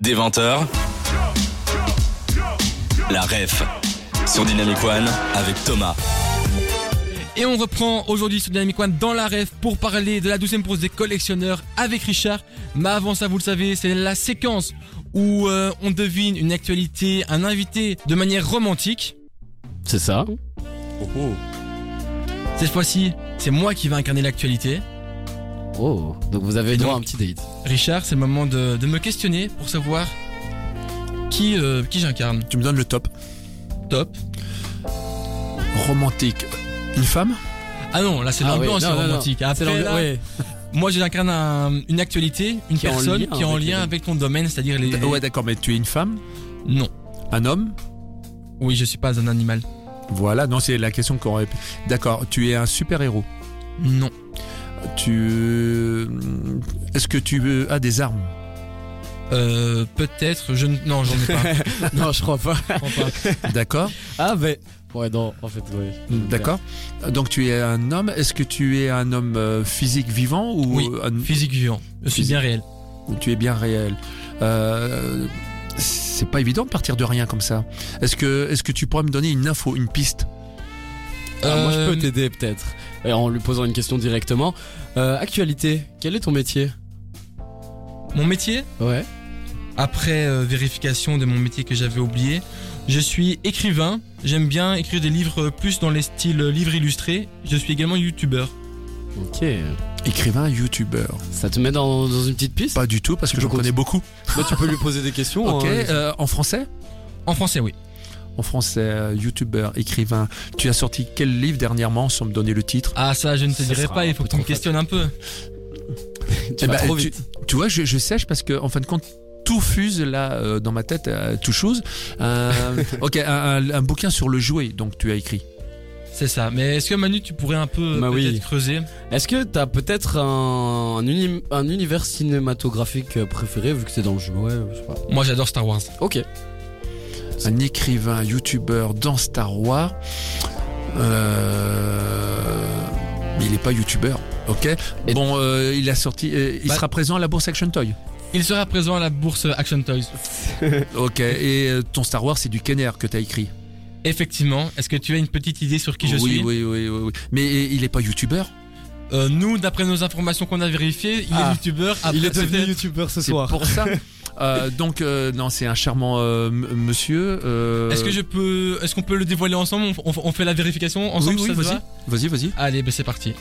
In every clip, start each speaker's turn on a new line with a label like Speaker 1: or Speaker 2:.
Speaker 1: Des 20h, la ref sur Dynamic One avec Thomas.
Speaker 2: Et on reprend aujourd'hui sur Dynamic One dans la rêve pour parler de la douzième pause des collectionneurs avec Richard. Mais avant ça, vous le savez, c'est la séquence où euh, on devine une actualité, un invité de manière romantique.
Speaker 3: C'est ça.
Speaker 2: Cette fois-ci, c'est moi qui vais incarner l'actualité.
Speaker 3: Oh, donc vous avez
Speaker 2: Et
Speaker 3: droit à
Speaker 2: donc-
Speaker 3: un petit date.
Speaker 2: Richard, c'est le moment de, de me questionner pour savoir qui, euh, qui j'incarne.
Speaker 4: Tu me donnes le top.
Speaker 2: Top.
Speaker 4: Romantique. Une femme
Speaker 2: Ah non, là c'est
Speaker 3: Ah oui,
Speaker 2: l'ambiance
Speaker 3: non, non, non.
Speaker 2: romantique. Après,
Speaker 3: C'est l'ambiance-
Speaker 2: là,
Speaker 3: ouais.
Speaker 2: Moi j'incarne un- une actualité, une
Speaker 3: Qui est en
Speaker 2: personne
Speaker 3: lien
Speaker 2: qui est en
Speaker 3: avec
Speaker 2: lien
Speaker 3: le-
Speaker 2: avec ton domaine, c'est-à-dire les...
Speaker 4: Euh, Ouais, d'accord, mais tu es une femme
Speaker 2: Non.
Speaker 4: Un homme
Speaker 2: Oui, je suis pas un animal.
Speaker 4: Voilà, non, c'est la question qu'on aurait pu- D'accord, tu es un super-héros.
Speaker 2: Non.
Speaker 4: Tu. euh, Est-ce que tu euh, as des armes
Speaker 2: Euh, peut-être, je ne- non, j'en ai pas.
Speaker 3: non, je crois pas.
Speaker 2: Je crois pas.
Speaker 4: D'accord,
Speaker 3: Ah, mais. Ouais, non, en fait, oui.
Speaker 4: d'accord. Donc tu es un homme. Est-ce que tu es un homme euh, physique vivant ou
Speaker 2: Oui.
Speaker 4: un-
Speaker 2: Physique vivant, je suis
Speaker 4: Physique.
Speaker 2: bien réel.
Speaker 4: ou tu es bien réel Euh, C'est pas évident de partir de rien comme ça. Est-ce que, est-ce que tu pourrais me donner une info, une piste
Speaker 3: Ah, Moi, je
Speaker 2: Euh,
Speaker 3: peux t'aider peut-être. Et En lui posant une question directement. Euh, actualité, quel est ton métier
Speaker 2: Mon métier,
Speaker 3: Ouais.
Speaker 2: après euh, vérification de mon métier que j'avais oublié, je suis écrivain. J'aime bien écrire des livres euh, plus dans les styles euh, livres illustrés. Je suis également youtubeur.
Speaker 3: Ok.
Speaker 4: Écrivain, youtubeur.
Speaker 3: Ça te met dans, dans une petite piste
Speaker 4: Pas du tout parce que
Speaker 3: Tu
Speaker 4: j'en
Speaker 3: peux
Speaker 4: connais beaucoup.
Speaker 3: Bah, Tu peux lui poser des questions.
Speaker 4: Ok,
Speaker 3: hein.
Speaker 4: euh, en français
Speaker 2: En français, oui.
Speaker 4: En français, euh, youtubeur, écrivain. Tu as sorti quel livre dernièrement sans me donner le titre
Speaker 2: Ah ça, je ne te
Speaker 3: Ça
Speaker 2: dirai
Speaker 3: sera
Speaker 2: pas.
Speaker 3: un
Speaker 2: Il faut
Speaker 3: peu
Speaker 2: que tu me
Speaker 3: trop
Speaker 2: questionnes un peu.
Speaker 3: Tu
Speaker 4: Eh
Speaker 3: vas
Speaker 4: ben,
Speaker 3: trop
Speaker 4: tu-
Speaker 3: vite.
Speaker 4: Tu vois, je, je sèche parce que en fin de compte, tout fuse là euh, dans ma tête, euh, tout chose. Euh, ok, un, un- un bouquin sur le jouet, donc tu as écrit.
Speaker 2: C'est ça. Mais est-ce que Manu, tu pourrais un peu euh,
Speaker 3: Bah oui.
Speaker 2: peut-être creuser
Speaker 3: Est-ce que t'as peut-être un, un, uni- un univers cinématographique préféré vu que t'es dans le jeu Ouais, je sais pas.
Speaker 2: Moi, j'adore Star Wars.
Speaker 3: Ok.
Speaker 4: Un écrivain, youtubeur dans Star Wars. Euh, mais il n'est pas youtubeur, ok
Speaker 3: Et-
Speaker 4: Bon, euh, il a sorti, euh, il
Speaker 2: Bah-
Speaker 4: sera présent à la bourse Action Toy.
Speaker 2: Il sera présent à la bourse Action Toys.
Speaker 4: Ok, et euh, ton Star Wars, c'est du Kenner que tu as écrit.
Speaker 2: Effectivement. Est-ce que tu as une petite idée sur qui je
Speaker 4: oui,
Speaker 2: suis
Speaker 4: oui, oui, oui, oui. Mais et, il n'est pas youtubeur
Speaker 2: Euh, Nous, d'après nos informations qu'on a vérifiées, il est
Speaker 3: Ah.
Speaker 2: youtubeur.
Speaker 3: Il
Speaker 2: Après,
Speaker 3: est devenu
Speaker 2: peut-être-
Speaker 3: youtubeur ce
Speaker 4: C'est
Speaker 3: soir.
Speaker 4: pour ça. Euh, donc euh, non, c'est un charmant euh, m- monsieur. euh,
Speaker 2: Est-ce que je peux, est-ce qu'on peut le dévoiler ensemble on, on- on fait la vérification
Speaker 4: Oui,
Speaker 2: ensemble
Speaker 4: oui,
Speaker 2: ça te
Speaker 4: vas-y,
Speaker 2: va
Speaker 4: vas-y, vas-y.
Speaker 2: Allez, bah, c'est parti.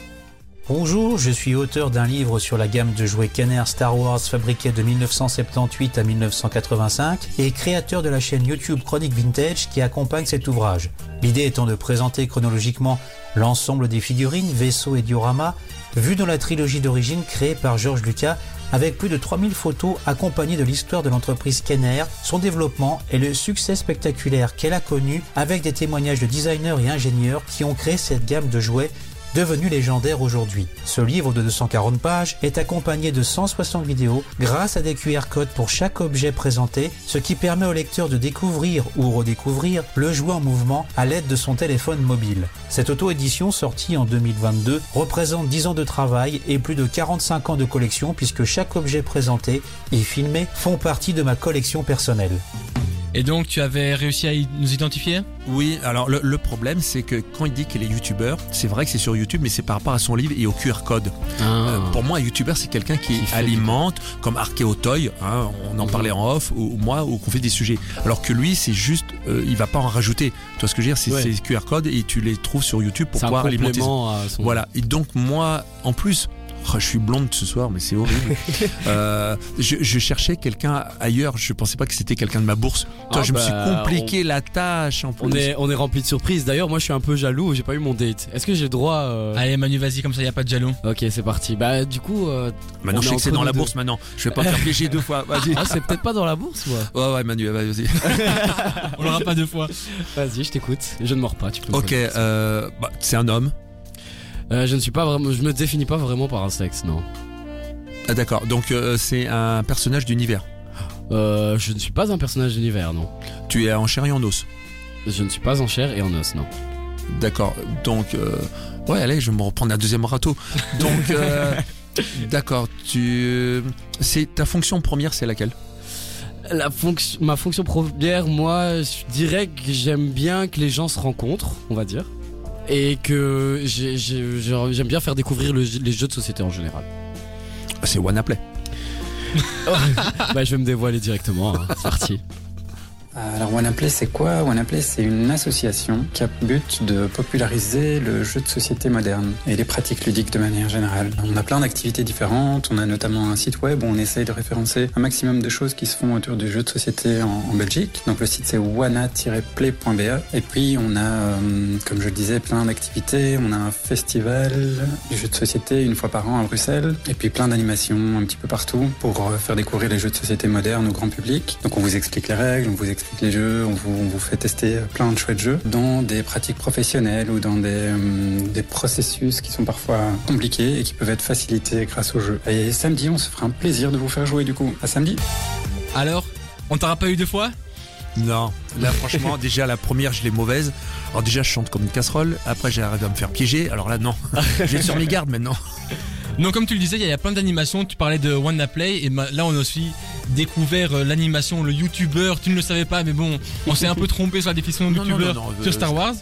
Speaker 5: Bonjour, je suis auteur d'un livre sur la gamme de jouets Kenner Star Wars fabriquée de 1978 à 1985 et créateur de la chaîne YouTube Chronique Vintage qui accompagne cet ouvrage. L'idée étant de présenter chronologiquement l'ensemble des figurines, vaisseaux et dioramas vus dans la trilogie d'origine créée par George Lucas avec plus de 3000 photos accompagnées de l'histoire de l'entreprise Kenner, son développement et le succès spectaculaire qu'elle a connu avec des témoignages de designers et ingénieurs qui ont créé cette gamme de jouets devenu légendaire aujourd'hui. Ce livre de 240 pages est accompagné de 160 vidéos grâce à des QR codes pour chaque objet présenté, ce qui permet au lecteur de découvrir ou redécouvrir le jouet en mouvement à l'aide de son téléphone mobile. Cette auto-édition sortie en 2022 représente 10 ans de travail et plus de 45 ans de collection puisque chaque objet présenté et filmé font partie de ma collection personnelle.
Speaker 2: Et donc, tu avais réussi à i- nous identifier
Speaker 4: Oui, alors le, le problème, c'est que quand il dit qu'il est youtubeur, c'est vrai que c'est sur YouTube, mais c'est par rapport à son livre et au QR code.
Speaker 3: Ah.
Speaker 4: Euh, pour moi, un youtubeur, c'est quelqu'un qui,
Speaker 3: Qui fait
Speaker 4: alimente, comme Archéotoy, hein, on en
Speaker 3: Mhm.
Speaker 4: parlait en off, ou, ou moi, ou qu'on fait des sujets. Alors que lui, c'est juste, euh, il va pas en rajouter. Tu vois ce que je veux dire C'est
Speaker 3: Ouais.
Speaker 4: ces QR codes et tu les trouves sur YouTube pour
Speaker 3: C'est un
Speaker 4: pouvoir alimenter.
Speaker 3: complément à son.
Speaker 4: Voilà. Et donc, moi, en plus, oh, je suis blonde ce soir, mais c'est horrible. Euh, je, je cherchais quelqu'un ailleurs, je pensais pas que c'était quelqu'un de ma bourse. Toi,
Speaker 3: Ah
Speaker 4: je me suis
Speaker 3: bah,
Speaker 4: compliqué la tâche en
Speaker 3: On
Speaker 4: plus.
Speaker 3: est, on est rempli de surprises. D'ailleurs, moi, je suis un peu jaloux. J'ai pas eu mon date. Est-ce que j'ai le droit euh,
Speaker 2: Allez, Manu, vas-y, comme ça, y a pas de jaloux.
Speaker 3: Ok, c'est parti. Bah, du coup, euh,
Speaker 4: Maintenant,
Speaker 3: on
Speaker 4: je
Speaker 3: est
Speaker 4: sais que c'est
Speaker 3: entre
Speaker 4: dans
Speaker 3: nous
Speaker 4: la
Speaker 3: deux.
Speaker 4: bourse maintenant. Je vais pas me faire piéger deux fois. Vas-y.
Speaker 3: ah, c'est peut-être pas dans la bourse, moi.
Speaker 4: Ouais, ouais, Manu, vas-y. Ah.
Speaker 2: On l'aura pas deux fois.
Speaker 3: Vas-y, je t'écoute. Je ne mords pas. Tu peux. me
Speaker 4: Ok,
Speaker 3: poser.
Speaker 4: euh, bah, c'est un homme.
Speaker 3: Euh, je ne suis pas vraiment. Je me définis pas vraiment par un sexe, non.
Speaker 4: Ah, D'accord, donc euh, c'est un personnage d'univers.
Speaker 3: Euh, je ne suis pas un personnage d'univers, non.
Speaker 4: Tu es en chair et en os.
Speaker 3: Je ne suis pas en chair et en os, non.
Speaker 4: D'accord, donc... euh, ouais, allez, je vais me reprendre un deuxième râteau. Donc, euh, d'accord, tu... c'est Ta fonction première, c'est laquelle
Speaker 3: la fonction, ma fonction première, moi, je dirais que j'aime bien que les gens se rencontrent, on va dire. Et que j'ai- j'ai- j'ai- j'aime bien faire découvrir le- les jeux de société en général.
Speaker 4: C'est Play.
Speaker 3: bah, je vais me dévoiler directement, hein. c'est parti.
Speaker 6: Euh, Alors OneUplay c'est quoi OneUplay c'est une association qui a pour but de populariser le jeu de société moderne et les pratiques ludiques de manière générale. On a plein d'activités différentes, on a notamment un site web où on essaye de référencer un maximum de choses qui se font autour du jeu de société en, en Belgique. Donc le site c'est wana-play.be et puis on a, euh, comme je le disais, plein d'activités, on a un festival du jeu de société une fois par an à Bruxelles et puis plein d'animations un petit peu partout pour euh, faire découvrir les jeux de société modernes au grand public. Donc on vous explique les règles, on vous explique les jeux, on vous, on vous fait tester euh, plein de chouettes jeux dans des pratiques professionnelles ou dans des, euh, des processus qui sont parfois compliqués et qui peuvent être facilités grâce aux jeux. Et samedi, on se fera un plaisir de vous faire jouer du coup. À samedi
Speaker 2: Alors, on t'aura pas eu deux fois
Speaker 4: Non, là franchement, déjà la première, je l'ai mauvaise. Alors déjà, je chante comme une casserole. Après, j'arrive à me faire piéger. Alors là, non. je vais sur mes gardes maintenant.
Speaker 2: Non, comme tu le disais, il y a- il y a plein d'animations. Tu parlais de One Night Play et ben, là, on a aussi découvert euh, l'animation, le YouTuber. Tu ne le savais pas, mais bon, on s'est un peu trompé sur la définition de
Speaker 4: Non, non,
Speaker 2: YouTuber
Speaker 4: non, non, euh,
Speaker 2: sur Star Wars.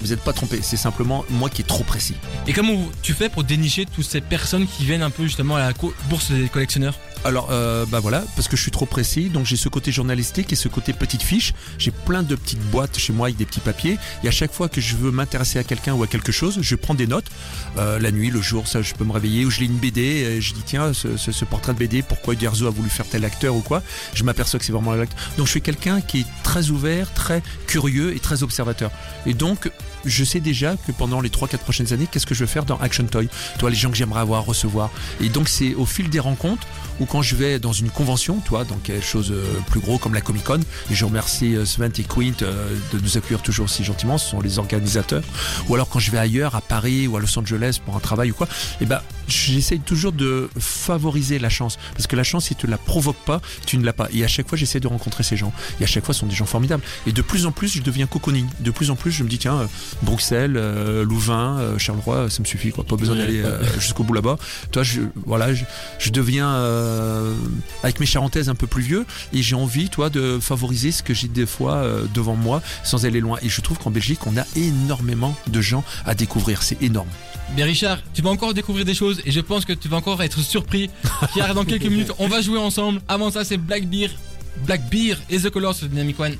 Speaker 4: Vous n'êtes pas trompé. C'est simplement moi qui est trop précis.
Speaker 2: Et comment tu fais pour dénicher toutes ces personnes qui viennent un peu justement à la co- bourse des collectionneurs
Speaker 4: Alors, euh, bah voilà, parce que je suis trop précis, donc j'ai ce côté journalistique et ce côté petite fiche. J'ai plein de petites boîtes chez moi avec des petits papiers. Et à chaque fois que je veux m'intéresser à quelqu'un ou à quelque chose, je prends des notes. Euh, la nuit, le jour, ça, je peux me réveiller, ou je lis une BD, et je dis tiens, ce, ce- ce portrait de BD, pourquoi Uderzo a voulu faire tel acteur ou quoi. Je m'aperçois que c'est vraiment l'acteur. Donc, je suis quelqu'un qui est très ouvert, très curieux et très observateur. Et donc, je sais déjà que pendant les 3-4 prochaines années, qu'est-ce que je vais faire dans Action Toy Toi, les gens que j'aimerais avoir, recevoir. Et donc, c'est au fil des rencontres ou quand je vais dans une convention, toi, dans quelque chose euh, plus gros comme la Comic Con, et je remercie euh, Svent et Quint euh, de nous accueillir toujours si gentiment, ce sont les organisateurs, ou alors quand je vais ailleurs, à Paris ou à Los Angeles pour un travail ou quoi, et ben j'essaye toujours de favoriser la chance, parce que la chance, si tu ne la provoques pas, tu ne l'as pas. Et à chaque fois, j'essaie de rencontrer ces gens, et à chaque fois, ce sont des gens formidables. Et de plus en plus, je deviens cocooning, de plus en plus, je me dis, tiens, euh, Bruxelles, euh, Louvain, euh, Charleroi, ça me suffit, quoi, pas besoin d'aller euh, jusqu'au bout là-bas. Toi, je, voilà, je, je deviens euh, avec mes charentaises un peu plus vieux et j'ai envie toi de favoriser ce que j'ai des fois euh, devant moi sans aller loin et je trouve qu'en Belgique on a énormément de gens à découvrir c'est énorme
Speaker 2: Bien Richard, tu vas encore découvrir des choses et je pense que tu vas encore être surpris car dans quelques minutes on va jouer ensemble. Avant ça c'est Black Beer, Black Beer et The Colors sur Dynamic One.